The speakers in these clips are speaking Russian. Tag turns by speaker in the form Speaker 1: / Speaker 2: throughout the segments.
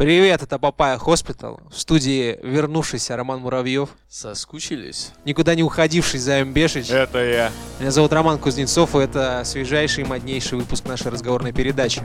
Speaker 1: Привет, это Папая Хоспитал. В студии вернувшийся Роман Муравьев,
Speaker 2: Соскучились?
Speaker 1: никуда не уходивший Заем Бешич.
Speaker 3: Это я.
Speaker 1: Меня зовут Роман Кузнецов, и это свежайший и моднейший выпуск нашей разговорной передачи.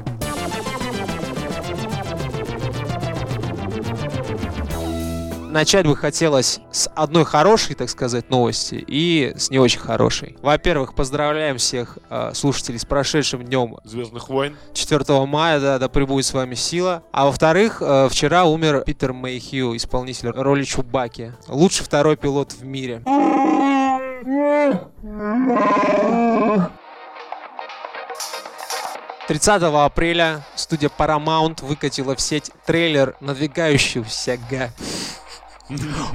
Speaker 1: Начать бы хотелось с одной хорошей, так сказать, новости и с не очень хорошей. Во-первых, поздравляем всех э, слушателей с прошедшим днем
Speaker 3: Звездных войн.
Speaker 1: 4 мая, да, да прибудет с вами сила. А во-вторых, э, вчера умер Питер Мэйхью, исполнитель роли Чубаки. Лучший второй пилот в мире. Тридцатого апреля студия Paramount выкатила в сеть трейлер надвигающегося га-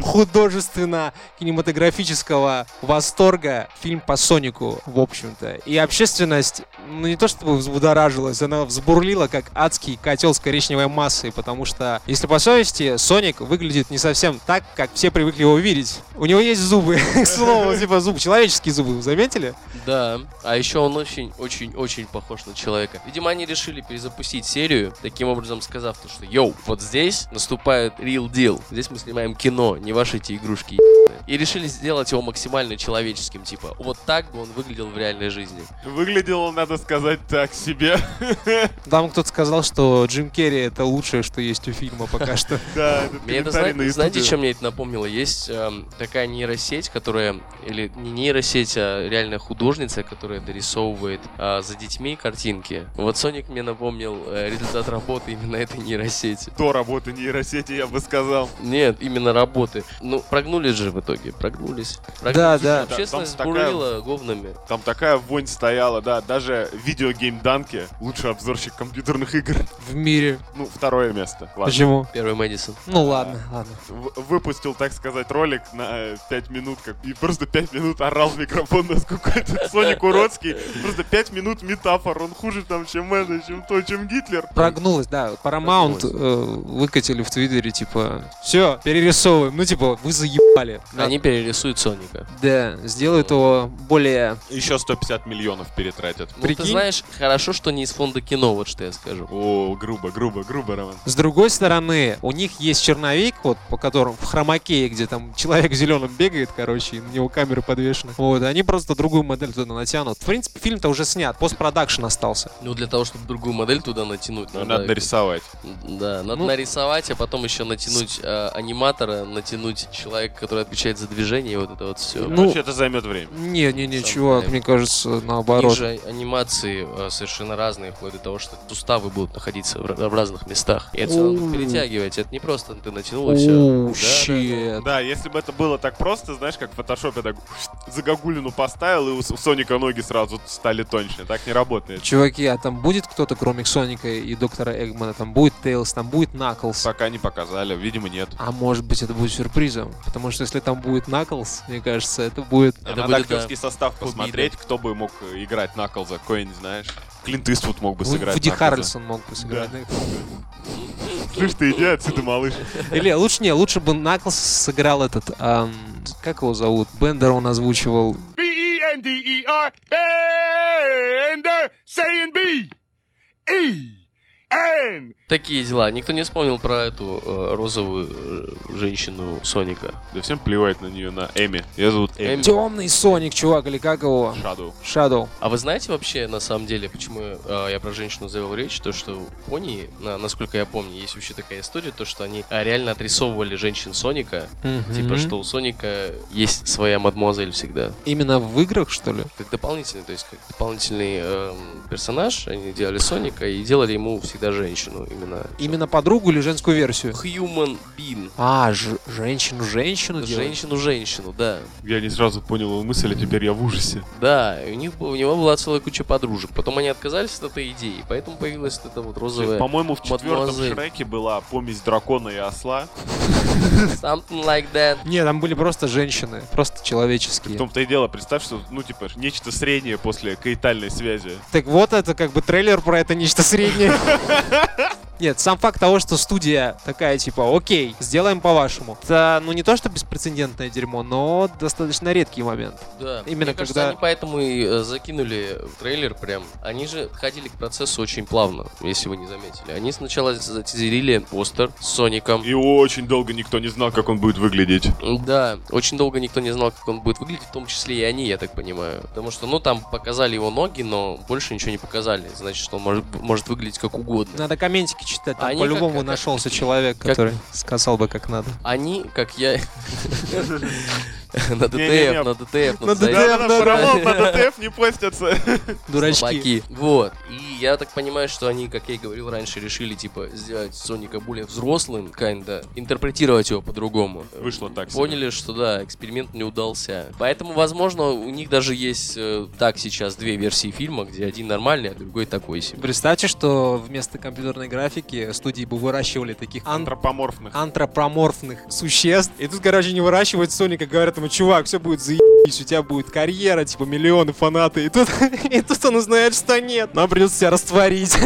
Speaker 1: художественно-кинематографического восторга фильм по Сонику, в общем-то. И общественность, ну не то чтобы взбудоражилась, она взбурлила, как адский котел с коричневой массой, потому что, если по совести, Соник выглядит не совсем так, как все привыкли его видеть. У него есть зубы, к слову, типа зубы, человеческие зубы, вы заметили?
Speaker 2: Да. А еще он очень, очень, очень похож на человека. Видимо, они решили перезапустить серию, таким образом сказав то, что йоу, вот здесь наступает real deal. Здесь мы снимаем кино, не ваши эти игрушки ебаные». И решили сделать его максимально человеческим, типа вот так бы он выглядел в реальной жизни.
Speaker 3: Выглядело, надо сказать, так себе.
Speaker 1: Там кто-то сказал, что Джим Керри это лучшее, что есть у фильма пока что.
Speaker 3: Да, этот
Speaker 2: Мне это,
Speaker 3: комментарий
Speaker 2: зна-
Speaker 3: на Ютубе.
Speaker 2: знаете, чем мне это напомнило? Есть эм, такая нейросеть, которая, или не нейросеть, а реальная художница, которая дорисовывает а, за детьми картинки. Вот Соник мне напомнил э, результат работы именно этой нейросети.
Speaker 3: То работа нейросети, я бы сказал.
Speaker 2: Нет, именно работы. Ну, прогнулись же в итоге, прогнулись. Прогнулись.
Speaker 1: Да, да.
Speaker 2: Общественность
Speaker 3: Да, там такая-
Speaker 2: бурлила говнами.
Speaker 3: Там такая вонь стояла, да, даже видеогейм Данки, лучший обзорщик компьютерных игр.
Speaker 1: В мире.
Speaker 3: Ну, второе место. Ладно.
Speaker 1: Почему?
Speaker 2: Первый Мэдисон.
Speaker 1: Ну ладно, ладно.
Speaker 3: В- выпустил, так сказать, ролик на 5 минут, как и просто 5 минут орал в микрофон, насколько этот Соник уродский. Просто 5 минут метафор, он хуже там, чем это, чем то, чем Гитлер.
Speaker 1: Прогнулась, да. Paramount э, выкатили в Твиттере, типа, все, перерисовываем. Ну, типа, вы заебали.
Speaker 2: Они перерисуют Соника.
Speaker 1: Да, сделают его более...
Speaker 3: Еще 150 миллионов перетратят.
Speaker 2: Ну,
Speaker 1: Прикинь.
Speaker 2: ты знаешь, хорошо, что не из фонда кино, вот что я скажу.
Speaker 3: О, грубо, грубо, грубо, Роман.
Speaker 1: С другой стороны, у них есть черновик, вот по которому в хромаке, где там человек в зеленом бегает, короче, и на него камеры подвешены. Вот, они просто другую модель туда натянут. В принципе, фильм-то уже снят, постпродакшн остался.
Speaker 2: Ну, для того, чтобы другую модель туда натянуть, надо...
Speaker 3: нарисовать.
Speaker 2: Да, надо
Speaker 1: Ну-
Speaker 2: нарисовать, а потом еще натянуть э, аниматора, натянуть человека, который отвечает за движение, и вот это вот все.
Speaker 1: Ну,
Speaker 3: это займет время.
Speaker 1: Не-не-не,
Speaker 2: Сам
Speaker 1: чувак,
Speaker 2: знаю.
Speaker 1: мне кажется,
Speaker 2: У них
Speaker 1: наоборот.
Speaker 2: же анимации э, совершенно разные, вплоть до того, что суставы будут находиться в, ра- в разных местах. И это всё
Speaker 1: Оу.
Speaker 2: надо перетягивать. Это не просто ты натянул и все.
Speaker 1: Оу, щит.
Speaker 3: Да, если бы это было так просто, знаешь, как в фотошопе так загогулину поставил, и у, С- у Соника ноги сразу стали тоньше. Так не работает.
Speaker 1: Чуваки, а там будет кто-то, кроме Соника и доктора Эггмана? Там будет Тейлс, там будет Наклс?
Speaker 3: Пока не показали, видимо, нет.
Speaker 1: А может быть это будет сюрпризом? Потому что если там будет Наклс, мне кажется, это будет...
Speaker 2: Это
Speaker 3: Надо
Speaker 2: будет,
Speaker 3: актерский состав посмотреть, кто бы мог играть Наклза, кое не знаешь. Клинт Иствуд мог бы сыграть
Speaker 1: ну, Вуди
Speaker 3: Наклза.
Speaker 1: Харрельсон мог бы сыграть.
Speaker 3: Слышь, ты иди отсюда, малыш.
Speaker 1: да? Или лучше, не, лучше бы Наклс сыграл этот... ам, как его зовут? Бендер он озвучивал.
Speaker 3: B-E-N-D-E-R, Bender, saying B, E, N.
Speaker 2: Такие дела. Никто не вспомнил про эту э, розовую э, женщину Соника.
Speaker 3: Да всем плевать на нее, на Эми. Ее зовут Эми.
Speaker 2: Эми.
Speaker 1: Темный Соник, чувак, или как его?
Speaker 3: Шадоу.
Speaker 1: Шадоу.
Speaker 2: А вы знаете вообще, на самом деле, почему э, я про женщину завел речь, то что в Японии, на- насколько я помню, есть вообще такая история, то что они э, реально отрисовывали женщин Соника, типа что у Соника есть своя мадмуазель всегда,
Speaker 1: Именно в играх, что ли?
Speaker 2: как дополнительный, то есть как дополнительный эм, персонаж, они делали Соника и делали ему всегда женщину, именно
Speaker 1: Именно подругу или женскую версию?
Speaker 2: human being,
Speaker 1: А, ж- женщину-женщину делать?
Speaker 2: женщину-женщину, да.
Speaker 3: Я не сразу понял его мысль, а теперь я в ужасе.
Speaker 2: Да, и у, них, у него была целая куча подружек. Потом они отказались от этой идеи, поэтому появилась вот эта вот розовая...
Speaker 3: По-моему, в четвертом
Speaker 2: мадемуазель.
Speaker 3: Шреке была помесь дракона и осла.
Speaker 2: Something like that.
Speaker 1: Не, там были просто женщины, просто
Speaker 3: В
Speaker 1: человеческие.
Speaker 3: том-то и дело, представь, что, ну, типа, нечто среднее после каитальной связи.
Speaker 1: Так вот, это как бы трейлер про это нечто среднее. Нет, сам факт того, что студия такая, типа, окей, сделаем по-вашему. Это, ну, не то, что беспрецедентное дерьмо, но достаточно редкий момент.
Speaker 2: Да.
Speaker 1: Именно
Speaker 2: Мне кажется,
Speaker 1: когда-
Speaker 2: они поэтому и э, закинули в трейлер прям. Они же ходили к процессу очень плавно, если вы не заметили. Они сначала затизерили постер с Соником.
Speaker 3: И очень долго никто не знал, как он будет выглядеть.
Speaker 2: Да, очень долго никто не знал, как он будет выглядеть, в том числе и они, я так понимаю. Потому что, ну, там показали его ноги, но больше ничего не показали. Значит, что он может, может выглядеть как угодно.
Speaker 1: Надо комментики читать, там
Speaker 2: Они
Speaker 1: по-любому
Speaker 2: как- как-
Speaker 1: нашелся человек, который сказал бы как надо.
Speaker 2: Они, как я... На
Speaker 3: Не-не-не.
Speaker 1: На
Speaker 2: ДТФ, на ДТФ, на
Speaker 1: DTF,
Speaker 2: ДТФ.
Speaker 1: да,
Speaker 3: Да-да-да, Парамаунт на ДТФ не постятся.
Speaker 1: Дурачки.
Speaker 2: Слабаки. Вот. И я так понимаю, что они, как я и говорил раньше, решили, типа, сделать Соника более взрослым, kinda, интерпретировать его по-другому.
Speaker 3: Вышло так себе.
Speaker 2: Поняли, что да, эксперимент не удался. Поэтому, возможно, у них даже есть э, так сейчас две версии фильма, где один нормальный, а другой такой себе.
Speaker 1: Представьте, что вместо компьютерной графики студии бы выращивали таких ан-
Speaker 3: Антропоморфных.
Speaker 1: антропоморфных существ. И тут, короче, не выращивают Соника, говорят ему, чувак, все будет заебись, у тебя будет карьера, типа миллионы фанаты. И тут, и тут он узнает, что нет. Нам придется себя растворить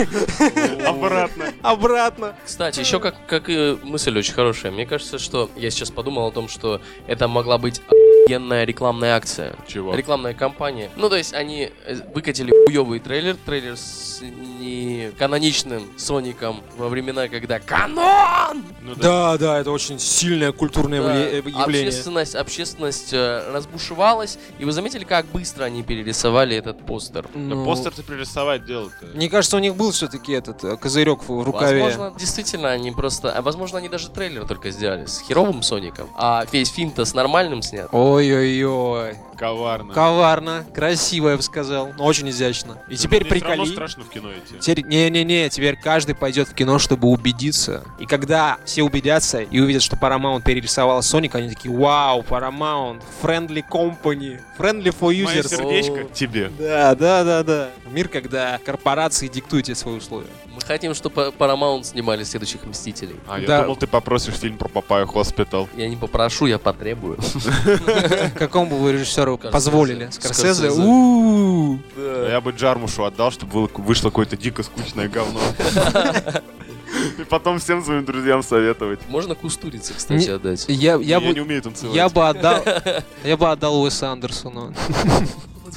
Speaker 3: Обратно.
Speaker 1: обратно.
Speaker 2: Кстати, еще как, как и мысль очень хорошая. Мне кажется, что я сейчас подумал о том, что это могла быть охуенная рекламная акция.
Speaker 3: Чего?
Speaker 2: Рекламная кампания. Ну, то есть они э, выкатили хуёвый трейлер, трейлер с не каноничным Соником во времена, когда канон!
Speaker 3: Ну да.
Speaker 1: Да, да, это очень сильное культурное
Speaker 2: Да, А
Speaker 1: вле- э, явление.
Speaker 2: Общественность, общественность э, разбушевалась, и вы заметили, как быстро они перерисовали этот постер?
Speaker 3: Да
Speaker 1: Ну,
Speaker 3: Постер-то пририсовать дело-то.
Speaker 1: Мне кажется, у них был все-таки этот э, козырек в рукаве.
Speaker 2: Возможно, действительно, они просто... А возможно, они даже трейлер только сделали с херовым Соником, а весь фильм-то с нормальным снят.
Speaker 1: Ой-ой-ой.
Speaker 3: Коварно.
Speaker 1: Коварно, красиво, я бы сказал. но Очень изящно. И теперь
Speaker 3: Мне всё равно
Speaker 1: приколи.
Speaker 3: страшно в кино идти.
Speaker 1: Теперь, не-не-не, теперь каждый пойдет в кино, чтобы убедиться. И когда все убедятся и увидят, что Paramount перерисовала Sonic, они такие, вау, Paramount, friendly company, friendly for
Speaker 3: Мое
Speaker 1: users.
Speaker 3: сердечко
Speaker 2: О.
Speaker 3: тебе.
Speaker 1: Да, да, да, да. Мир, когда корпорации диктуют тебе свои условия.
Speaker 2: Мы хотим, чтобы Paramount снимали следующих Мстителей.
Speaker 3: А,
Speaker 1: Да.
Speaker 3: я думал, ты попросишь фильм про Папаю Хоспитал.
Speaker 2: Я не попрошу, я потребую.
Speaker 1: Какому бы вы режиссеру
Speaker 2: Скорсезе.
Speaker 1: позволили?
Speaker 2: Скорсезе. Ну,
Speaker 1: Скорсезе? У-у-у.
Speaker 3: Я бы Джармушу отдал, чтобы было- вышло какое-то дико скучное говно. И потом всем своим друзьям советовать.
Speaker 2: Можно кустурице, кстати,
Speaker 1: Не-
Speaker 2: отдать.
Speaker 1: Я, я,
Speaker 3: Я
Speaker 1: бы,
Speaker 3: не умею
Speaker 1: я
Speaker 3: танцевать.
Speaker 1: бы отдал, я бы отдал Уэсу Андерсону.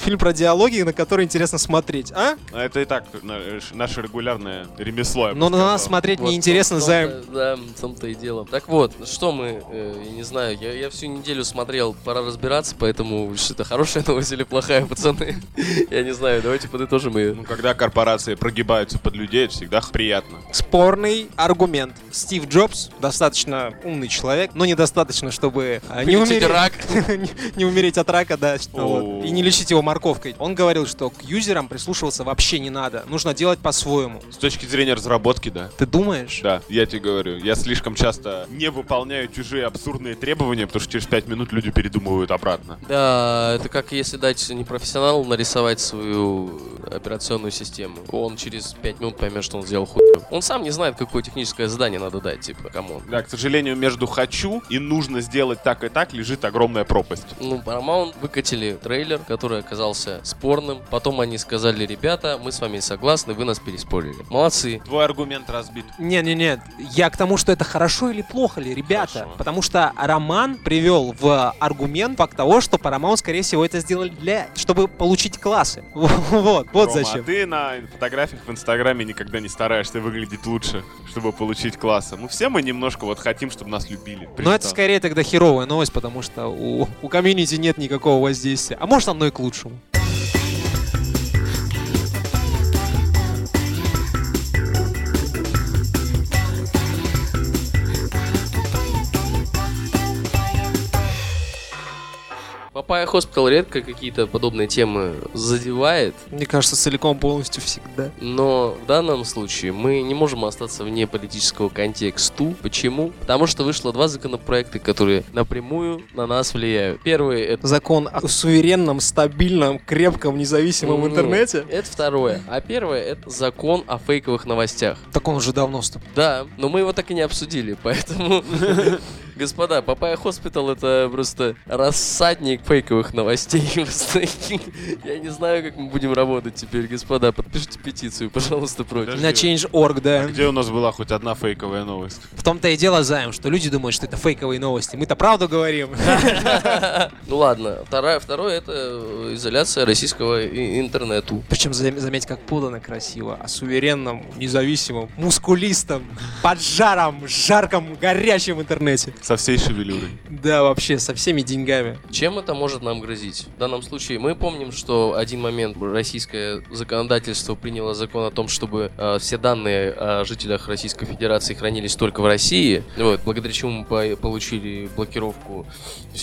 Speaker 1: Фильм про диалоги, на который интересно смотреть, а?
Speaker 3: А Это и так на- ш- наше регулярное ремесло. я бы
Speaker 1: Но на
Speaker 3: сказал.
Speaker 1: нас смотреть
Speaker 2: Вот,
Speaker 1: неинтересно,
Speaker 2: в том-
Speaker 1: займ.
Speaker 2: в том-то- Да, в том-то и дело. Так вот, что мы, э, я не знаю, я, я всю неделю смотрел, пора разбираться, поэтому что это хорошая новость или плохая, пацаны? Я не знаю, давайте подытожим ее.
Speaker 3: Ну, когда корпорации прогибаются под людей, это всегда х- приятно.
Speaker 1: Спорный аргумент. Стив Джобс достаточно умный человек, но недостаточно, чтобы а, не
Speaker 2: Вылечить
Speaker 1: умереть,
Speaker 2: рак.
Speaker 1: не- не умереть от рака, да, что вот, и не лечить его морковкой. Он говорил, что к юзерам прислушиваться вообще не надо, нужно делать по-своему.
Speaker 3: С точки зрения разработки, да.
Speaker 1: Ты думаешь?
Speaker 3: Да, я тебе говорю, я слишком часто не выполняю чужие абсурдные требования, потому что через пять минут люди передумывают обратно.
Speaker 2: Да, это как если дать непрофессионалу нарисовать свою операционную систему. Он через 5 минут поймет, что он сделал хуй. Он сам не знает, какое техническое задание надо дать, типа, кому.
Speaker 3: Да, к сожалению, между хочу и нужно сделать так и так лежит огромная пропасть.
Speaker 2: Ну, Paramount выкатили трейлер, который оказался спорным. Потом они сказали, ребята, мы с вами согласны, вы нас переспорили. Молодцы.
Speaker 3: Твой аргумент разбит.
Speaker 1: Не-не-не, я к тому, что это хорошо или плохо ли, ребята.
Speaker 3: Хорошо.
Speaker 1: Потому что Роман привел в аргумент факт того, что Paramount, скорее всего, это сделали для... чтобы получить классы. Вот, вот
Speaker 3: Рома,
Speaker 1: зачем.
Speaker 3: а ты на фотографиях в Инстаграме никогда не стараешься выглядеть лучше, чтобы получить класса. Ну, все мы немножко вот хотим, чтобы нас
Speaker 1: Но
Speaker 3: любили.
Speaker 1: Ну, это
Speaker 3: Представь.
Speaker 1: скорее тогда херовая новость, потому что у, у комьюнити нет никакого воздействия. А может, оно и к лучшему.
Speaker 2: Папая Хоспитал редко какие-то подобные темы задевает,
Speaker 1: Мне кажется, целиком полностью всегда.
Speaker 2: но в данном случае мы не можем остаться вне политического контексту. Почему? Потому что вышло два законопроекта, которые напрямую на нас влияют. Первый это
Speaker 1: Закон о суверенном, стабильном, крепком, независимом
Speaker 2: Ну,
Speaker 1: интернете.
Speaker 2: Это второе. А первое это закон о фейковых новостях.
Speaker 1: Так он уже давно вступил.
Speaker 2: Да, но мы его так и не обсудили, поэтому Господа, Папая Хоспитал это просто рассадник фейковых новостей. Просто Я не знаю, как мы будем работать теперь, господа. Подпишите петицию, пожалуйста, против.
Speaker 3: Подожди. А
Speaker 1: На Change.org, да.
Speaker 3: Где у нас была хоть одна фейковая новость?
Speaker 1: В том-то и дело, Займ, что люди думают, что это фейковые новости. Мы-то правду говорим.
Speaker 2: Ну ладно, вторая, второе это изоляция российского и- интернету.
Speaker 1: Причем зам- заметь, как подано красиво, а суверенном, независимом, мускулистом, поджаром, жарком, горячем интернете.
Speaker 3: Со всей шевелюрой.
Speaker 1: Да, вообще, со всеми деньгами.
Speaker 2: Чем это может нам грозить? В данном случае мы помним, что один момент российское законодательство приняло закон о том, чтобы э, все данные о жителях Российской Федерации хранились только в России. Вот, благодаря чему мы по- получили блокировку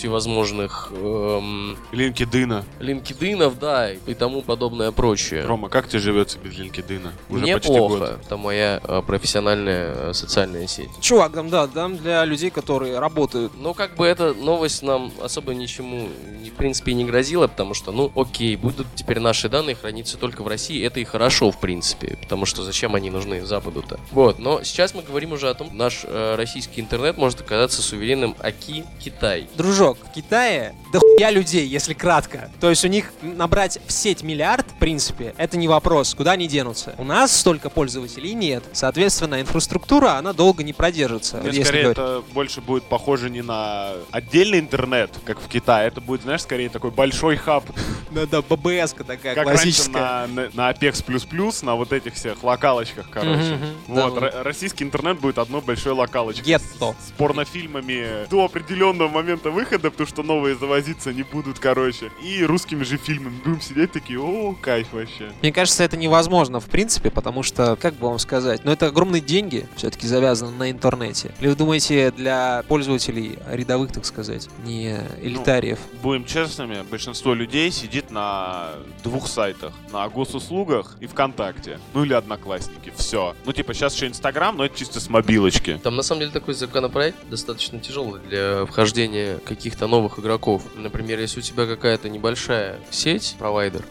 Speaker 2: всевозможных эм,
Speaker 3: Линкедина.
Speaker 2: линкединов, да, и тому подобное прочее.
Speaker 3: Рома, как тебе живется без линкедина? Уже
Speaker 2: Мне
Speaker 3: почти
Speaker 2: плохо.
Speaker 3: год.
Speaker 2: Это моя э, профессиональная э, социальная сеть.
Speaker 1: Чувак, там, да, там для людей, которые работают.
Speaker 2: Ну, как бы эта новость нам особо ничему, не- в принципе, и не грозила, потому что, ну, окей, будут теперь наши данные храниться только в России, это и хорошо, в принципе, потому что зачем они нужны Западу-то? Вот, но сейчас мы говорим уже о том, наш э, российский интернет может оказаться суверенным АКИ Китай.
Speaker 1: Дружок, в Китае да хуя людей, если кратко. То есть у них набрать в сеть миллиард, в принципе, это не вопрос, куда они денутся. У нас столько пользователей нет. Соответственно, инфраструктура, она долго не продержится.
Speaker 3: Мне
Speaker 1: если
Speaker 3: скорее
Speaker 1: говорить.
Speaker 3: это больше будет похоже не на отдельный интернет, как в Китае. Это будет, знаешь, скорее такой большой хаб,
Speaker 1: Да, да, ББСка такая
Speaker 3: как раньше
Speaker 1: классическая.
Speaker 3: на, на, на Apex++, на вот этих всех локалочках, короче.
Speaker 1: Мгм, мгм.
Speaker 3: Вот,
Speaker 1: Да,
Speaker 3: ро- российский интернет будет одной большой локалочкой.
Speaker 1: Гетто.
Speaker 3: С порнофильмами до определенного момента выхода, потому что новые завозиться не будут, короче. И русскими же фильмами будем сидеть такие, о, кайф вообще.
Speaker 1: Мне кажется, это невозможно, в принципе, потому что, как бы вам сказать, ну это огромные деньги все-таки завязаны на интернете. Или вы думаете, для пользователей рядовых, так сказать, не
Speaker 3: Ну.
Speaker 1: элитариев?
Speaker 3: Будем честными, большинство людей сидит на двух сайтах. На госуслугах и ВКонтакте. Ну или Одноклассники, все. Ну типа сейчас еще Инстаграм, но это чисто с мобилочки.
Speaker 2: Там на самом деле такой законопроект достаточно тяжелый для вхождения каких-то новых игроков. Например, если у тебя какая-то небольшая сеть, провайдер,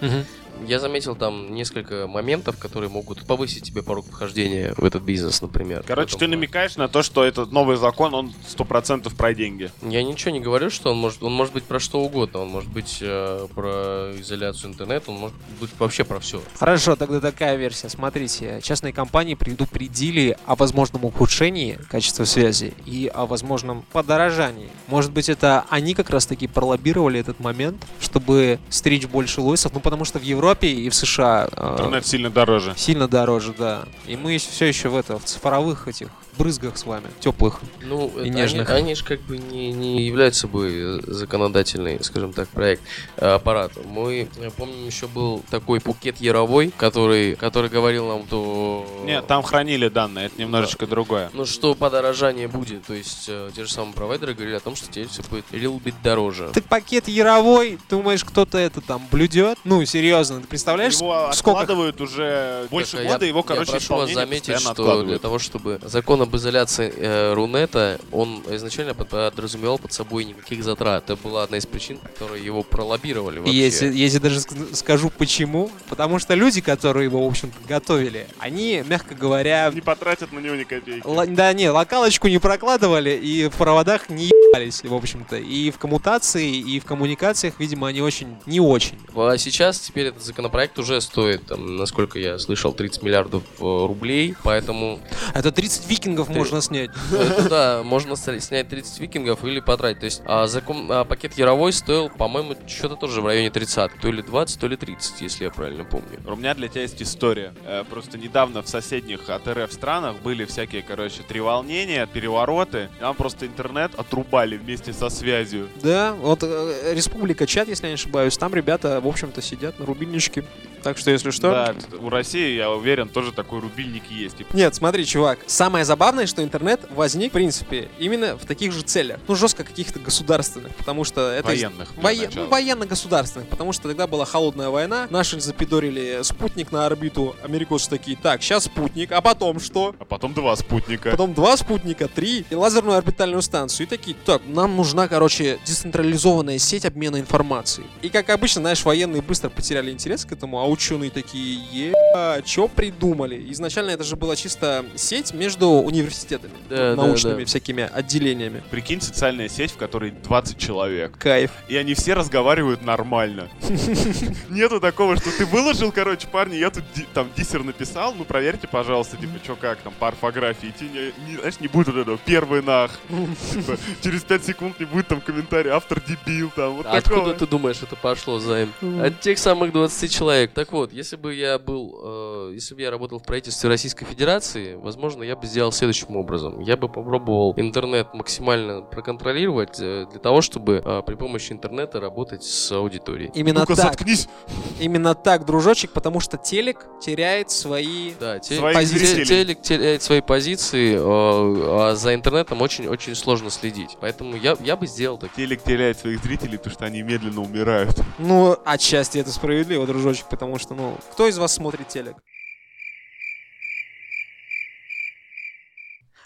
Speaker 2: Я заметил там несколько моментов, которые могут повысить тебе порог вхождения в этот бизнес, например.
Speaker 3: Короче, ты
Speaker 2: Потом,
Speaker 3: намекаешь на то, что этот новый закон, он 100% про деньги.
Speaker 2: Я ничего не говорю, что он может, он может быть про что угодно, он может быть э, про изоляцию интернета, он может быть вообще про все.
Speaker 1: Хорошо, тогда такая версия. Смотрите, частные компании предупредили о возможном ухудшении качества связи и о возможном подорожании. Может быть, это они как раз-таки пролоббировали этот момент, чтобы стричь больше лойсов, ну потому что в Европе и в США... э,
Speaker 3: Интернет сильно дороже.
Speaker 1: Сильно дороже, да. И мы все еще в это, в цифровых этих брызгах с вами, теплых.
Speaker 2: Ну, это они-
Speaker 1: нежных.
Speaker 2: они, же как бы не, не являются собой законодательный, скажем так, проект, э, аппарат. Мы, я помню, еще был такой пукет Яровой, который, который говорил нам, то...
Speaker 3: Нет, там хранили данные, это немножечко другое.
Speaker 2: Ну что подорожание будет, то есть э, те же самые провайдеры говорили о том, что теперь все будет little bit дороже.
Speaker 1: Ты пакет яровой, думаешь, кто-то это там блюдет? Ну, серьезно, ты представляешь,
Speaker 3: Его
Speaker 1: сколько...
Speaker 3: откладывают уже больше
Speaker 2: Только а я-
Speaker 3: года, его,
Speaker 2: я
Speaker 3: короче,
Speaker 2: прошу вас
Speaker 3: исполнение
Speaker 2: заметить, что
Speaker 3: постоянно
Speaker 2: для
Speaker 3: откладывают.
Speaker 2: того, чтобы закон об изоляции э, Рунета, он изначально под- подразумевал под собой никаких затрат. Это была одна из причин, по которой его пролоббировали вообще.
Speaker 1: Если, если даже ск- скажу почему, потому что люди, которые его, в общем-то, готовили, они, мягко говоря,
Speaker 3: Не потратят на него ни копейки.
Speaker 1: Л- да не, локалочку не прокладывали и в проводах не ебались, в общем-то. И в коммутации, и в коммуникациях, видимо, они очень, не очень.
Speaker 2: А сейчас теперь этот законопроект уже стоит, там, насколько я слышал, 30 миллиардов э, рублей, поэтому
Speaker 1: Это 30 А викингов можно снять.
Speaker 2: Это да, можно сня- снять 30 викингов или потратить. То есть а, закон- а, пакет Яровой стоил, по-моему, что-то тоже в районе 30. То ли 20, то ли 30, если я правильно помню.
Speaker 3: У меня для тебя есть история. Э, Просто недавно в соседних от РФ странах были всякие, короче, треволнения, перевороты. И Нам просто интернет отрубали вместе со связью.
Speaker 1: Да, вот э, Республика Чат, если я не ошибаюсь, там ребята, в общем-то, сидят на рубильничке. Так что, если что...
Speaker 3: Да, у России, я уверен, тоже такой рубильник есть. типа, И
Speaker 1: Нет, смотри, чувак, самое забавное, что интернет возник, в принципе, именно в таких же целях. Ну, жестко каких-то государственных, потому что это... из-
Speaker 3: военных. для
Speaker 1: Воен-
Speaker 3: начала.
Speaker 1: ну, военно-государственных, потому что тогда была холодная война, наши запидорили спутник на орбиту, америкосы такие, так, сейчас спутник, а потом что?
Speaker 3: А потом два спутника.
Speaker 1: Потом два спутника, три, и лазерную орбитальную станцию. И такие, так, нам нужна, короче, децентрализованная сеть обмена информацией. И, как обычно, знаешь, военные быстро потеряли интерес к этому, а ученые такие, е, а чё придумали? Изначально это же была чисто сеть между университетами,
Speaker 2: Да, да,
Speaker 1: научными
Speaker 2: да.
Speaker 1: всякими отделениями.
Speaker 3: Прикинь, социальная сеть, в которой 20 человек.
Speaker 1: Кайф.
Speaker 3: И они все разговаривают нормально. Нету такого, что ты выложил, короче, парни, я тут ди- там диссер написал, ну проверьте, пожалуйста, типа, что как там, по орфографии идти, не, не- знаешь, не будет вот этого, первый нах. Типа, через 5 секунд не будет там комментарий, автор дебил, там, вот
Speaker 2: А Откуда
Speaker 3: такого.
Speaker 2: ты думаешь, это пошло, Займ?
Speaker 1: Мгм.
Speaker 2: От тех самых 20 человек. Так вот, если бы я был, э, если бы я работал в правительстве Российской Федерации, возможно, я бы сделал следующим образом. Я бы попробовал интернет максимально проконтролировать э, для того, чтобы э, при помощи интернета работать с аудиторией.
Speaker 1: Именно
Speaker 3: Ну-ка,
Speaker 1: так,
Speaker 3: заткнись,
Speaker 1: именно так, дружочек, потому что телек теряет свои...
Speaker 2: Да, те-
Speaker 3: Своих
Speaker 2: те-
Speaker 3: зрителей.
Speaker 2: телек теряет свои позиции, э, а за интернетом очень-очень сложно следить. Поэтому я, я бы сделал так.
Speaker 3: Телек теряет своих зрителей, потому что они медленно умирают.
Speaker 1: Ну, отчасти это справедливо, дружочек, потому что, ну, кто из вас смотрит телек?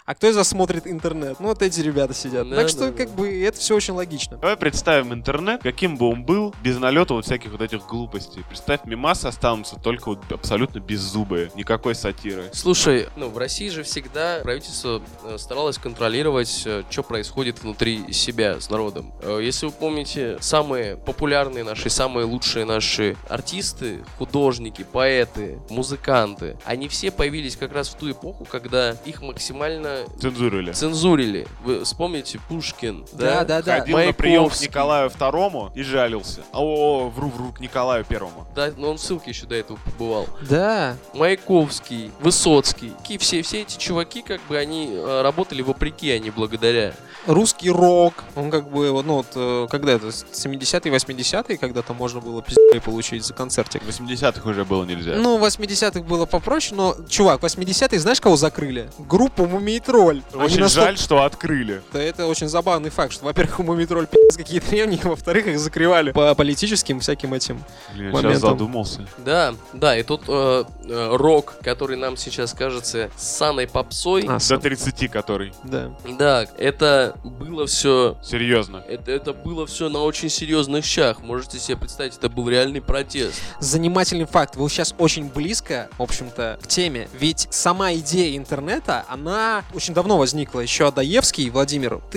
Speaker 1: А кто из вас смотрит интернет? Ну, вот эти ребята сидят.
Speaker 2: Да,
Speaker 1: так что,
Speaker 2: да, да.
Speaker 1: как бы, это все очень логично.
Speaker 3: Давай представим интернет, каким бы он был, без налета вот всяких вот этих глупостей. Представь, мимасы останутся только вот абсолютно беззубые, никакой сатиры.
Speaker 2: Слушай, ну в России же всегда правительство э, старалось контролировать, что происходит внутри себя с народом. Э, Если вы помните, самые популярные наши, самые лучшие наши артисты, художники, поэты, музыканты, они все появились как раз в ту эпоху, когда их максимально
Speaker 3: Цензурили.
Speaker 2: цензурили. Вы вспомните Пушкин, да?
Speaker 1: Да, да, да.
Speaker 3: Ходил на прием к
Speaker 2: Маяковский.
Speaker 3: Николаю Второму и жалился. А О, вру, вру, к Николаю Первому.
Speaker 2: Да, но он в ссылке еще до этого побывал.
Speaker 1: Да.
Speaker 2: Маяковский, Высоцкий, и все, все эти чуваки, как бы они э, работали вопреки, а не благодаря.
Speaker 1: Русский рок. Он как бы, вот, ну, вот, э, когда это, с- 70-е, 80-е, когда-то можно было пиздец получить за концертик.
Speaker 3: В 80-х уже было нельзя.
Speaker 1: Ну, в 80-х было попроще, но, чувак, 80-е, знаешь, кого закрыли? Группу Мумитроль.
Speaker 3: Очень жаль, что открыли.
Speaker 1: Да это очень забавный факт, что, во-первых, у Мумитроль пи***ц какие древние, а во-вторых, их закрывали по политическим всяким этим.
Speaker 3: Блин, сейчас
Speaker 1: Моментом.
Speaker 3: задумался.
Speaker 2: Да, да, и тот э, э, рок, который нам сейчас кажется саной попсой,
Speaker 1: А.
Speaker 3: До 30, который.
Speaker 1: да.
Speaker 2: да, это было все...
Speaker 3: Серьезно.
Speaker 2: Это, это было все на очень серьезных щах. Можете себе представить, это был реальный протест.
Speaker 1: Занимательный факт, вы сейчас очень близко, в общем-то, к теме, ведь сама идея интернета, она очень давно возникла, еще Адаевский Владимир в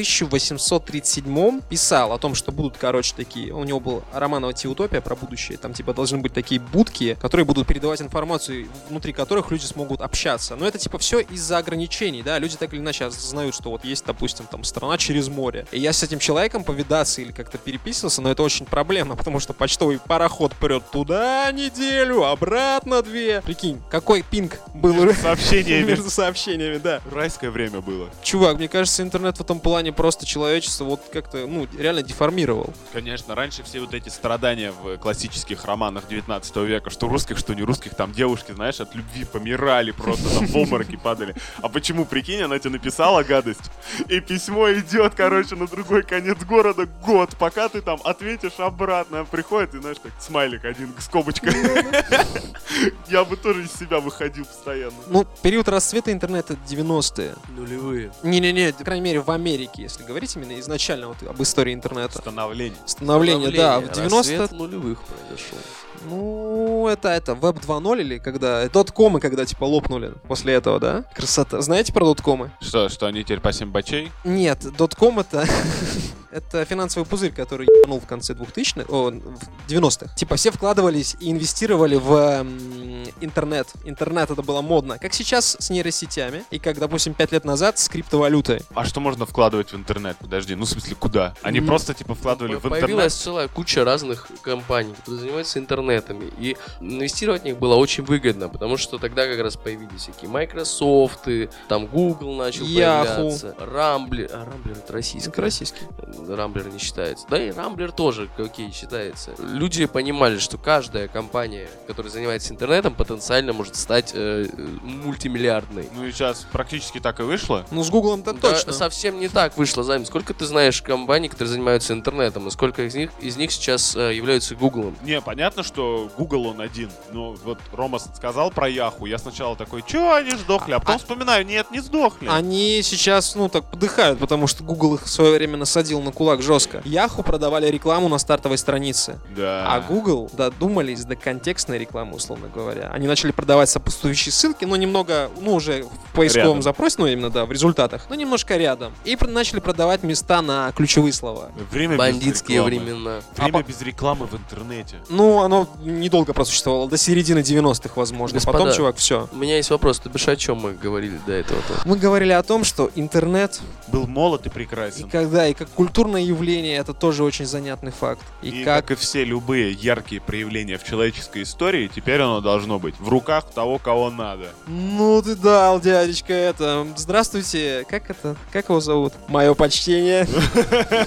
Speaker 1: 1837 писал о том, что будут, короче, такие, у него был роман «Антиутопия» про будущее, там, типа, должны быть такие будки, которые будут передавать информацию, внутри которых люди смогут общаться. Но это, типа, все из-за ограничений, да, люди так или иначе осознают, что вот есть, допустим, там, страна через море, и я с этим человеком повидаться или как-то переписывался, но это очень проблемно, потому что почтовый пароход прет туда неделю, обратно две. Прикинь, какой пинг был
Speaker 3: Сообщениями.
Speaker 1: между сообщениями, да.
Speaker 3: Райское время было.
Speaker 1: Чувак, мне кажется, интернет в этом плане просто человечество вот как-то, ну, реально деформировал.
Speaker 3: Конечно, раньше все вот эти страдания в классических романах 19 века, что русских, что не русских, там девушки, знаешь, от любви помирали просто, там в обмороки падали. А почему, прикинь, она тебе написала гадость, и письмо идет, короче, на другой конец города год, пока ты там ответишь обратно, Она приходит, и знаешь, так, смайлик один, скобочка. Я бы тоже из себя выходил постоянно.
Speaker 1: Ну, период расцвета интернета 90-е.
Speaker 2: Нулевые.
Speaker 1: Не-не-не, по крайней мере, в Америке, если говорить именно изначально вот об истории интернета.
Speaker 3: Становление.
Speaker 1: Становление, да, в 90
Speaker 2: Расцвет нулевых произошел.
Speaker 1: Ну, это, это, веб 2.0 или когда, доткомы, когда, типа, лопнули после этого, да? Красота. Знаете про доткомы?
Speaker 3: Что, что они теперь по 7 бачей?
Speaker 1: Нет, дотком это... Это финансовый пузырь, который ебанул в конце 2000 о, в 90-х. Типа все вкладывались и инвестировали в м, интернет. Интернет это было модно. Как сейчас с нейросетями, и как, допустим, 5 лет назад с криптовалютой.
Speaker 3: А что можно вкладывать в интернет? Подожди, ну в смысле куда? Они
Speaker 1: М.
Speaker 3: просто типа вкладывали в
Speaker 2: Появилась
Speaker 3: интернет?
Speaker 2: целая куча разных компаний, которые занимаются интернетами. И инвестировать в них было очень выгодно, потому что тогда как раз появились всякие Microsoft, там Google
Speaker 1: Yahoo.
Speaker 2: начал появляться, Рамблер. А Рамблер это российская.
Speaker 1: российский.
Speaker 2: Рамблер не считается. Да и Рамблер тоже, окей, считается. Люди понимали, что каждая компания, которая занимается интернетом, потенциально может стать э, э, мультимиллиардной.
Speaker 3: Ну и сейчас практически так и вышло.
Speaker 1: Ну, с Гуглом-то
Speaker 2: Да,
Speaker 1: точно.
Speaker 2: совсем не так вышло, Займ. Сколько ты знаешь компаний, которые занимаются интернетом, и сколько из них, из них сейчас э, являются Гуглом?
Speaker 3: Не, понятно, что Google он один. Но вот Рома сказал про Яху. Я сначала такой, чё, они сдохли? А потом вспоминаю, нет, не сдохли.
Speaker 1: Они сейчас, ну, так подыхают, потому что Google их в свое время насадил на кулак жестко. Яху продавали рекламу на стартовой странице.
Speaker 3: Да.
Speaker 1: А Google додумались до контекстной рекламы, условно говоря. Они начали продавать сопутствующие ссылки, но немного, ну, уже в поисковом
Speaker 3: Рядом.
Speaker 1: запросе, ну, именно, да, в результатах, но немножко рядом. И пр- начали продавать места на ключевые слова.
Speaker 3: Время без
Speaker 2: Бандитские
Speaker 3: рекламы.
Speaker 2: времена. А
Speaker 3: Время без рекламы в интернете.
Speaker 1: Ну, оно недолго просуществовало, до середины 90-х, возможно. Потом,
Speaker 2: Господа.
Speaker 1: чувак, все.
Speaker 2: А, У меня есть вопрос, ты бишь о чем мы говорили до этого-то?
Speaker 1: Мы говорили о том, что интернет
Speaker 3: Был молод и
Speaker 1: И
Speaker 3: прекрасен.
Speaker 1: когда, и как культурное явление, это тоже очень занятный факт. И,
Speaker 3: И,
Speaker 1: как...
Speaker 3: как... и все любые яркие проявления в человеческой истории, теперь оно должно быть в руках того, кого надо.
Speaker 1: Ну ты дал, дядечка, это... Здравствуйте, как это? Как его зовут? Мое почтение. Я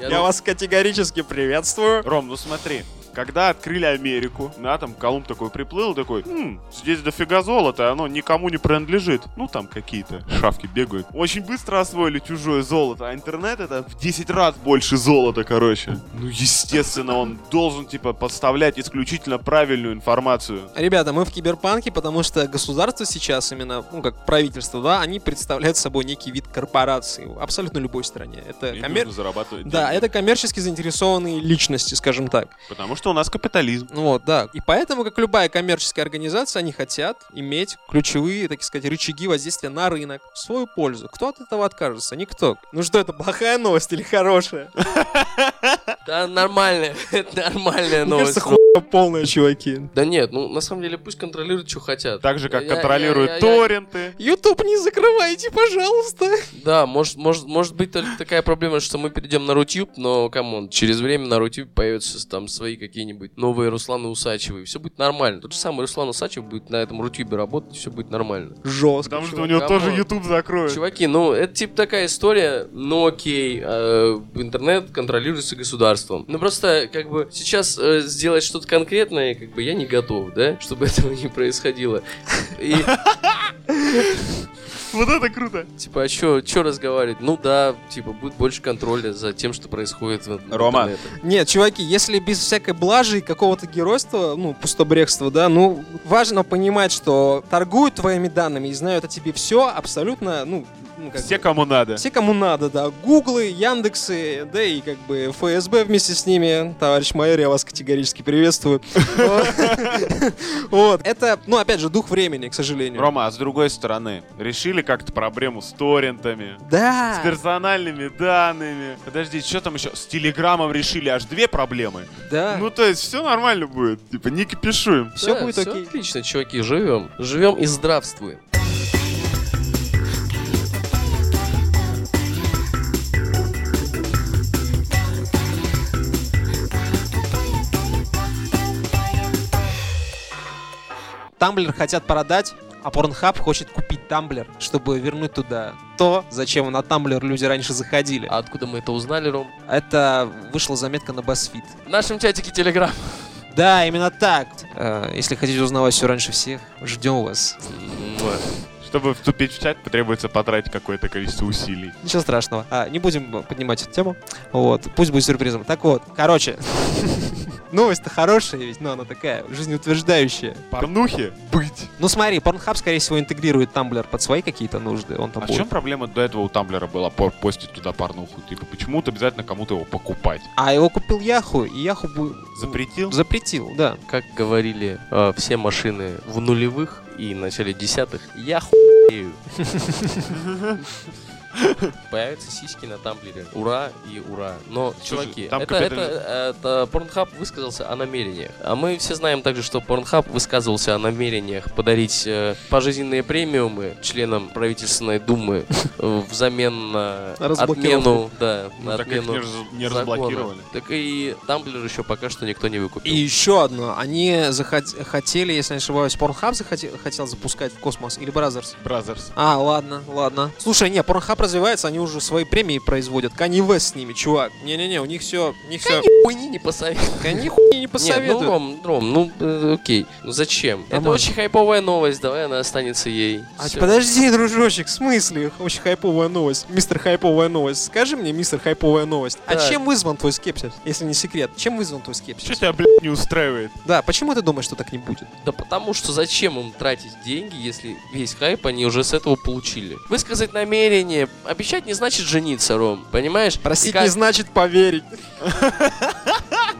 Speaker 2: дум-
Speaker 1: вас категорически приветствую.
Speaker 3: Ром, ну смотри, когда открыли Америку, на там Колумб такой приплыл, такой, «М, здесь дофига золота, оно никому не принадлежит. Ну там какие-то шавки бегают. Очень быстро освоили чужое золото, а интернет это в 10 раз больше золота, короче. Ну естественно, он должен типа подставлять исключительно правильную информацию.
Speaker 1: Ребята, мы в киберпанке, потому что государство сейчас именно, ну как правительство, да, они представляют собой некий вид корпорации в абсолютно любой стране. Это
Speaker 3: И
Speaker 1: коммер...
Speaker 3: нужно зарабатывать
Speaker 1: Да,
Speaker 3: деньги.
Speaker 1: это коммерчески заинтересованные личности, скажем так.
Speaker 3: Потому что у нас капитализм.
Speaker 1: Ну Вот, да. И поэтому, как любая коммерческая организация, они хотят иметь ключевые, так сказать, рычаги воздействия на рынок в свою пользу. Кто от этого откажется? Никто. Ну что, это плохая новость или хорошая?
Speaker 2: Да, нормальная, это нормальная
Speaker 1: Мне
Speaker 2: новость.
Speaker 1: кажется, хуй полная, чуваки.
Speaker 2: Да нет, ну на самом деле пусть контролируют, что хотят.
Speaker 3: Так же, как
Speaker 2: Я- я-
Speaker 3: контролируют
Speaker 2: я- я-
Speaker 3: торренты.
Speaker 1: Ютуб не закрывайте, пожалуйста.
Speaker 2: Да, может, может, может быть только такая проблема, что мы перейдем на Рутюб, но, камон, через время на Рутюб появятся там свои какие-нибудь новые Русланы Усачевы, все будет нормально. Тот же самый Руслан Усачев будет на этом Рутюбе работать, все будет нормально.
Speaker 1: Жестко.
Speaker 3: Потому что у
Speaker 2: чувак,
Speaker 3: него тоже
Speaker 2: камон.
Speaker 3: YouTube закроют.
Speaker 2: Чуваки, ну, это типа такая история, ну окей, э, интернет контролируется государством. Ну просто, как бы, сейчас э, сделать что-то конкретное, как бы, я не готов, да, чтобы этого не происходило. И,
Speaker 3: Вот это круто.
Speaker 2: типа, а чё, чё разговаривать? Ну да, типа, будет больше контроля за тем, что происходит в в
Speaker 3: Рома.
Speaker 2: интернете.
Speaker 1: Нет, чуваки, если без всякой блажи и какого-то геройства, ну, пустобрехства, да, ну, важно понимать, что торгуют твоими данными и знают о тебе все абсолютно, ну, ну, как
Speaker 3: Все,
Speaker 1: бы-
Speaker 3: кому надо.
Speaker 1: Все, кому надо, да. Гуглы, Яндексы, да и как бы ФСБ вместе с ними. Товарищ майор, я вас категорически приветствую. Вот. Это, ну, опять же, дух времени, к сожалению.
Speaker 3: Рома, а с другой стороны, решили как-то проблему с торрентами, с
Speaker 1: Да,
Speaker 3: персональными данными. Подожди, что там еще? С Телеграмом решили аж две проблемы.
Speaker 1: да.
Speaker 3: Ну, то есть, все нормально будет. Типа, не кипишуем.
Speaker 1: все
Speaker 2: Да,
Speaker 1: будет
Speaker 2: всё
Speaker 1: окей.
Speaker 2: отлично, чуваки, живем. Живем и здравствуем.
Speaker 1: Тамблер хотят продать, а Порнхаб хочет купить Тамблер, чтобы вернуть туда то, зачем на Тамблер люди раньше заходили.
Speaker 2: А откуда мы это узнали, Ром?
Speaker 1: Это вышла заметка на BuzzFeed.
Speaker 2: В нашем чатике Телеграм.
Speaker 1: Да, именно так. Э, Если хотите узнавать все раньше всех, ждем вас.
Speaker 2: Муа.
Speaker 3: Чтобы вступить в чат, потребуется потратить какое-то количество усилий.
Speaker 1: Ничего страшного. А, не будем поднимать эту тему. Вот. Пусть будет сюрпризом. Так вот, короче. Новость-то хорошая ведь, но она такая, жизнеутверждающая.
Speaker 3: Порнухи быть.
Speaker 1: Ну смотри, Pornhub, скорее всего, интегрирует Тамблер под свои какие-то нужды. Он там
Speaker 3: А в
Speaker 1: будет.
Speaker 3: чем проблема до этого у Тамблера была пор- постить туда порнуху? Типа, почему-то обязательно кому-то его покупать.
Speaker 1: А его купил Яху, и Яху бы...
Speaker 3: Запретил?
Speaker 1: Запретил, да.
Speaker 2: Как говорили э, все машины в нулевых и начале десятых, я хуею. Появятся сиськи на тамблере. Ура и ура. Но,
Speaker 3: Слушай,
Speaker 2: чуваки,
Speaker 3: там
Speaker 2: это, это,
Speaker 3: капитали-
Speaker 2: это Pornhub высказался о намерениях. А мы все знаем также, что Pornhub высказывался о намерениях подарить э, пожизненные премиумы членам правительственной думы э, взамен на
Speaker 1: Разблокировку.
Speaker 2: отмену, да,
Speaker 3: Ну,
Speaker 2: на
Speaker 3: так их
Speaker 2: отмену
Speaker 3: не, раз- не
Speaker 2: закона.
Speaker 3: разблокировали.
Speaker 2: Так и тамблер еще пока что никто не
Speaker 1: И
Speaker 2: выкупил.
Speaker 1: еще одно. Они захот- хотели, если не ошибаюсь, Pornhub захоте- хотел запускать в космос или Бразерс.
Speaker 3: Бразерс.
Speaker 1: А, ладно, ладно. Слушай, не, Pornhub Рэп развивается, они уже свои премии производят. Канье Вест с ними, чувак. Не-не-не, у них все, у них все.
Speaker 2: Хуйни не посоветую.
Speaker 1: Канье хуй не
Speaker 2: Нет, ну,
Speaker 1: посоветую.
Speaker 2: Ром, Ром, ну, э, окей. Ну, зачем? Это
Speaker 1: Нормально.
Speaker 2: очень хайповая новость, давай она останется ей.
Speaker 1: А,
Speaker 2: Всё.
Speaker 1: подожди, дружочек, в смысле? Очень хайповая новость. Мистер хайповая новость. Скажи мне, мистер хайповая новость.
Speaker 2: Да.
Speaker 1: А чем вызван твой скепсис, если не секрет? Чем вызван твой
Speaker 3: Что
Speaker 1: скепсис?
Speaker 3: тебя, блядь, не устраивает?
Speaker 1: Да, почему ты думаешь, что так не будет?
Speaker 2: Да потому что зачем им тратить деньги, если весь хайп они уже с этого получили? Высказать намерение, обещать не значит жениться, Ром, понимаешь? И
Speaker 1: Просить
Speaker 2: как-
Speaker 1: не значит поверить.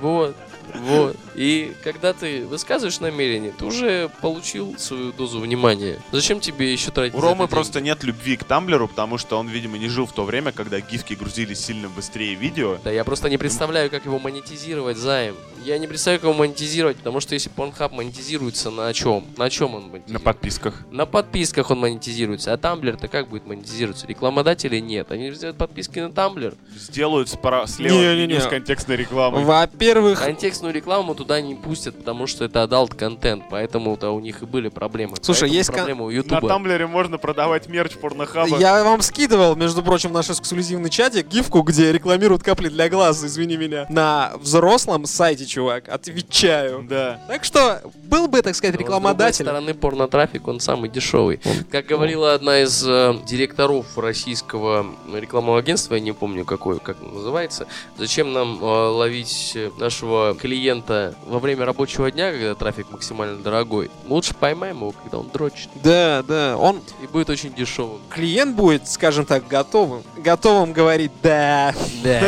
Speaker 2: Вот. Вот. И когда ты высказываешь намерение, ты уже получил свою дозу внимания. Зачем тебе еще тратить?
Speaker 3: У
Speaker 2: на это
Speaker 3: Ромы
Speaker 2: деньги?
Speaker 3: просто нет любви к Тамблеру, потому что он, видимо, не жил в то время, когда гифки грузились сильно быстрее видео.
Speaker 2: Да, я просто не представляю, как его монетизировать займ. Я не представляю, как его монетизировать, потому что если Pornhub монетизируется на чем? На чем он монетизируется?
Speaker 3: На подписках.
Speaker 2: На подписках он монетизируется, а Тамблер-то как будет монетизироваться? Рекламодателей нет, они сделают подписки на Тамблер.
Speaker 3: Сделают спра- слева
Speaker 1: Не-не-не.
Speaker 3: меню с контекстной рекламой.
Speaker 1: Во-первых,
Speaker 2: Контекстную рекламу туда не пустят, потому что это адалт контент, поэтому-то у них и были проблемы.
Speaker 1: Слушай,
Speaker 2: Поэтому
Speaker 1: есть кон-
Speaker 2: проблема у
Speaker 3: На
Speaker 2: Ютуба.
Speaker 3: Тамблере можно продавать мерч порнохаба.
Speaker 1: я вам скидывал, между прочим, наш эксклюзивный чатик, гифку, где рекламируют капли для глаз, извини меня, на взрослом сайте, чувак, отвечаю.
Speaker 3: Да.
Speaker 1: Так что, был бы, так сказать,
Speaker 2: Но, С
Speaker 1: рекламодатель.
Speaker 2: другой стороны, порнотрафик, он самый дешевый. Как говорила одна из э, директоров российского рекламного агентства, я не помню какой, как оно называется, зачем нам э, ловить э, нашего клиента во время рабочего дня, когда трафик максимально дорогой? Лучше поймаем его, когда он дрочит,
Speaker 1: Да, да, он,
Speaker 2: и будет очень дешевым.
Speaker 1: клиент будет, скажем так, готовым, готовым говорить «да».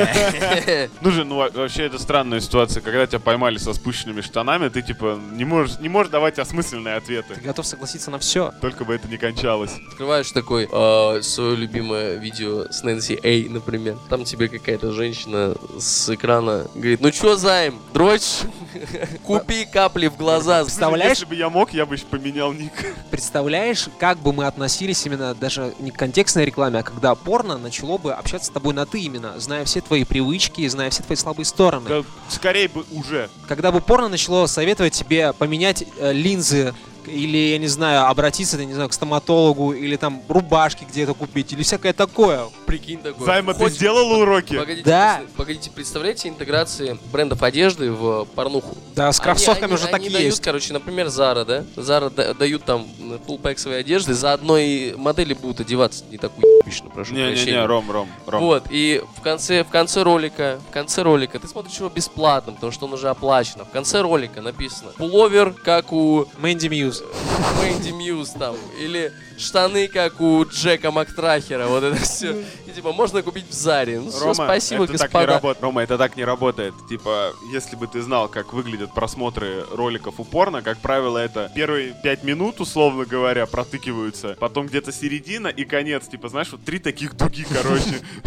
Speaker 2: Да.
Speaker 3: Ну же, ну во- вообще это странная ситуация, когда тебя поймали со спущенными штанами, ты типа не можешь, не можешь давать осмысленные
Speaker 1: Ты
Speaker 3: ответы.
Speaker 1: готов согласиться на все.
Speaker 3: Только бы это не кончалось.
Speaker 2: Открываешь такой э, свое любимое видео с Нэнси Эй, например. Там тебе какая-то женщина с экрана говорит, ну чё, займ, дрочь? Купи капли в глаза.
Speaker 1: Представляешь?
Speaker 3: Если бы я мог, я бы еще поменял ник.
Speaker 1: Представляешь, как бы мы относились именно даже не к контекстной рекламе, а когда порно начало бы общаться с тобой на «ты» именно, зная все твои привычки, зная все твои слабые стороны.
Speaker 3: Да, скорее бы уже.
Speaker 1: Когда бы порно начало советовать тебе поменять э, линзы или, я не знаю, обратиться, я не знаю, к стоматологу, или там рубашки где-то купить, или всякое такое.
Speaker 2: Прикинь такой.
Speaker 3: Займа, ты
Speaker 2: Хоть-
Speaker 3: сделал уроки?
Speaker 2: Погодите,
Speaker 1: Да.
Speaker 2: пос- погодите, представляете интеграции брендов одежды в э, порнуху?
Speaker 1: Да, с кроссовками
Speaker 2: Они-
Speaker 1: уже
Speaker 2: они-
Speaker 1: так
Speaker 2: они
Speaker 1: и
Speaker 2: дают,
Speaker 1: есть.
Speaker 2: короче, например, Зара, да? Зара дают там пулпэк своей одежды, за одной модели будут одеваться не такую ебищно, прошу прощения.
Speaker 3: Не-не-не, Ром, Ром, Ром.
Speaker 2: Вот, и в конце, в конце ролика, в конце ролика, ты смотришь его бесплатно, потому что он уже оплачен. А В конце ролика написано пуловер, как у
Speaker 1: Мэнди Мьюз.
Speaker 2: Мэнди Мьюз там, или штаны, как у Джека Мактрахера, вот это все. И типа, можно купить в Заре. Ну, всё,
Speaker 3: Рома,
Speaker 2: спасибо,
Speaker 3: это так не
Speaker 2: господа.
Speaker 3: работает. Рома, это так не работает. Типа, если бы ты знал, как выглядят просмотры роликов у порно, как правило, это первые пять минут, условно говоря, протыкиваются, потом где-то середина и конец. Типа, знаешь, вот три таких дуги, короче.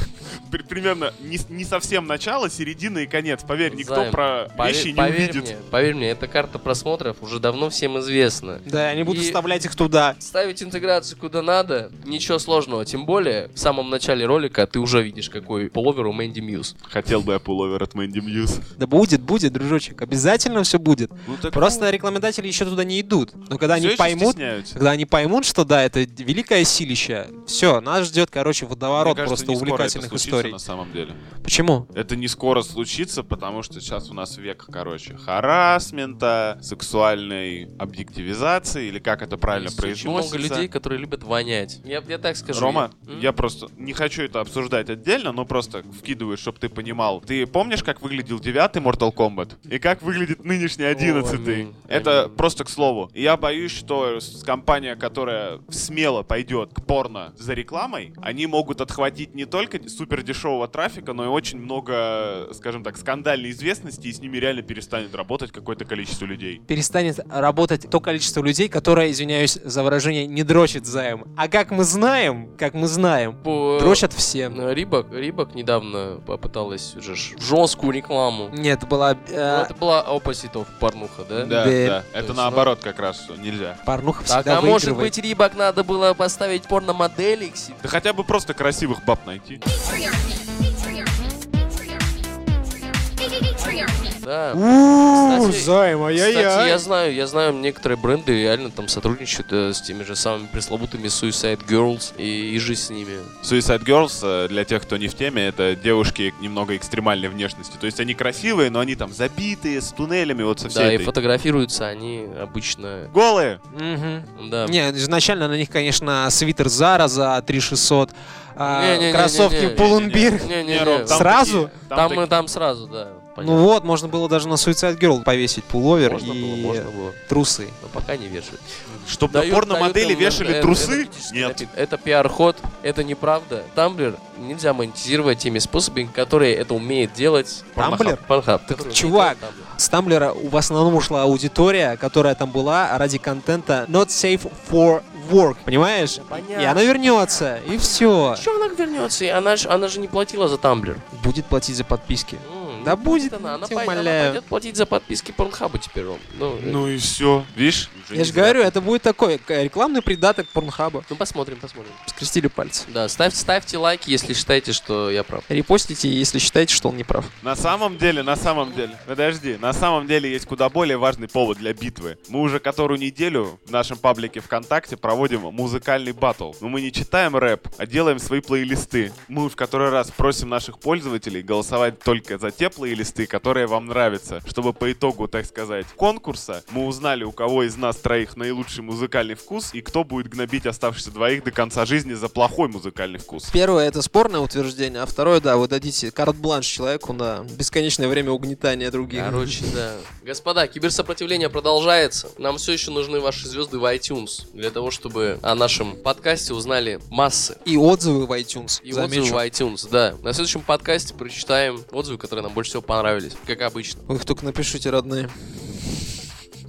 Speaker 3: При- Примерно не, с- не совсем начало, середина и конец. Поверь, никто
Speaker 2: Займ,
Speaker 3: про
Speaker 2: Поверь-
Speaker 3: вещи не
Speaker 2: поверь
Speaker 3: увидит.
Speaker 2: Мне, поверь мне, эта карта просмотров уже давно всем известна.
Speaker 1: Да, они будут
Speaker 2: И-
Speaker 1: вставлять их туда.
Speaker 2: Ставить интеграцию куда надо, ничего сложного. Тем более, в самом начале ролика ты уже видишь, какой пуловер у Мэнди Мьюз.
Speaker 3: Хотел бы я пуловер от Мэнди Мьюз.
Speaker 1: Да будет, будет, дружочек, обязательно все будет.
Speaker 3: Ну так
Speaker 1: Просто рекламодатели еще туда не идут. Но когда они поймут, когда они поймут, что да, это великое силище, все, нас ждет, короче, водоворот просто увлекательных историй.
Speaker 3: На самом деле.
Speaker 1: Почему?
Speaker 3: Это не скоро случится, потому что сейчас у нас век, короче, харасмента, сексуальной объективизации, или как это правильно
Speaker 2: Есть очень
Speaker 3: произносится.
Speaker 2: много людей, которые любят вонять. Я, я так скажу.
Speaker 3: Рома,
Speaker 2: М?
Speaker 3: я просто не хочу это обсуждать отдельно, но просто вкидываю, чтобы ты понимал. Ты помнишь, как выглядел девятый Mortal Kombat? И как выглядит нынешний одиннадцатый?
Speaker 2: аминь,
Speaker 3: Это
Speaker 2: аминь.
Speaker 3: просто к слову. И Я боюсь, что с- компания, которая смело пойдет к порно за рекламой, они могут отхватить не только супер дешевого трафика, но и очень много, скажем так, скандальной известности, и с ними реально перестанет работать какое-то количество людей.
Speaker 1: перестанет работать то количество людей, которое, извиняюсь за выражение, не дрочит займ. А как мы знаем, как мы знаем,
Speaker 2: По-
Speaker 1: дрочат все.
Speaker 2: э, Рибок, Рибок недавно попыталась уже ж- в жесткую рекламу.
Speaker 1: Нет, это была
Speaker 2: Ну,
Speaker 1: э,
Speaker 2: это была opposite of порнуха, да?
Speaker 1: Да.
Speaker 3: Это
Speaker 2: есть,
Speaker 3: наоборот как раз, что нельзя.
Speaker 1: порнуха всегда
Speaker 2: Так, а может
Speaker 1: выигрывает.
Speaker 2: быть, Рибок надо было поставить порномоделей к себе?
Speaker 3: Да хотя бы просто красивых баб найти.
Speaker 4: Patriarchy. Patriarchy. Patriarchy. Patriarchy.
Speaker 2: Да.
Speaker 1: Ууу,
Speaker 2: Кстати-
Speaker 1: займ,
Speaker 2: Кстати, я
Speaker 1: ай-яй-яй.
Speaker 2: знаю, я знаю, некоторые бренды реально там сотрудничают э, с теми же самыми пресловутыми Suicide Girls и, и же с ними.
Speaker 3: Suicide Girls, э, для тех, кто не в теме, это девушки немного экстремальной внешности. То есть они красивые, но они там забитые, с туннелями, вот со всей
Speaker 2: да, и
Speaker 3: этой-
Speaker 2: фотографируются они обычно.
Speaker 3: Голые!
Speaker 1: Мгм.
Speaker 2: Да.
Speaker 1: Не, изначально на них, конечно, свитер Зара за 3600, а,
Speaker 2: Не-не-не-не-не.
Speaker 1: кроссовки Пулунбир.
Speaker 2: Не-не-не.
Speaker 3: Не, Ром, там
Speaker 1: Сразу?
Speaker 3: такие-
Speaker 2: Там,
Speaker 3: такие-
Speaker 2: и там сразу, да.
Speaker 1: Ну вот, можно было даже на Suicide Girl повесить пуловер
Speaker 2: Можно
Speaker 1: и
Speaker 2: было, можно было.
Speaker 1: трусы.
Speaker 2: Но пока не вешают.
Speaker 3: Чтоб на
Speaker 2: Дают-
Speaker 3: порно-модели
Speaker 2: дают им
Speaker 3: вешали
Speaker 2: это-
Speaker 3: трусы?
Speaker 2: это политический
Speaker 3: Нет.
Speaker 2: напиток. Это пиар-ход, это неправда. Тамблер нельзя монетизировать теми способами, которые это умеет делать.
Speaker 1: Тамблер?
Speaker 2: Порнхаб.
Speaker 1: Так,
Speaker 2: Который умеет
Speaker 1: чувак.
Speaker 2: делать Тамблер.
Speaker 1: С Тамблера в основном ушла аудитория, которая там была ради контента not safe for work, понимаешь?
Speaker 2: понятно.
Speaker 1: И она вернется, и все.
Speaker 2: Чё она вернется? И Она же, она же не платила за Тамблер.
Speaker 1: Будет платить за подписки.
Speaker 2: М,
Speaker 1: Да
Speaker 2: ну,
Speaker 1: будет,
Speaker 2: она, она,
Speaker 1: тебя
Speaker 2: пой- она
Speaker 1: умоляю.
Speaker 2: пойдет платить за подписки Порнхабу теперь, Ром. Ну, э,
Speaker 3: Ну и все. Видишь?
Speaker 1: Я же говорю, это будет такой э, рекламный придаток порнхаба.
Speaker 2: ну, посмотрим, посмотрим.
Speaker 1: Скрестили пальцы.
Speaker 2: Да, ставь, ставьте лайки, если считаете, что я прав.
Speaker 1: Репостите, если считаете, что он не прав.
Speaker 3: На самом деле, на самом деле, подожди, на самом деле есть куда более важный повод для битвы. Мы уже которую неделю в нашем паблике ВКонтакте проводим музыкальный батл. Но мы не читаем рэп, а делаем свои плейлисты. Мы в который раз просим наших пользователей голосовать только за те плейлисты, которые вам нравятся, чтобы по итогу, так сказать, конкурса мы узнали, у кого из нас троих наилучший музыкальный вкус и кто будет гнобить оставшихся двоих до конца жизни за плохой музыкальный вкус.
Speaker 1: Первое это спорное утверждение, а второе, да, вы дадите карт-бланш человеку на бесконечное время угнетания других.
Speaker 2: Короче, да. Господа, киберсопротивление продолжается. Нам все еще нужны ваши звезды в iTunes для того, чтобы о нашем подкасте узнали массы.
Speaker 1: И отзывы в iTunes.
Speaker 2: И
Speaker 1: замечу.
Speaker 2: отзывы в iTunes, да. На следующем подкасте прочитаем отзывы, которые нам больше всего понравились, как обычно.
Speaker 1: Вы их только напишите, родные.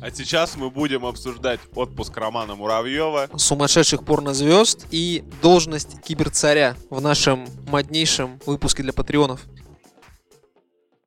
Speaker 3: А сейчас мы будем обсуждать отпуск Романа Муравьева.
Speaker 1: сумасшедших порнозвезд и должность киберцаря в нашем моднейшем выпуске для патреонов.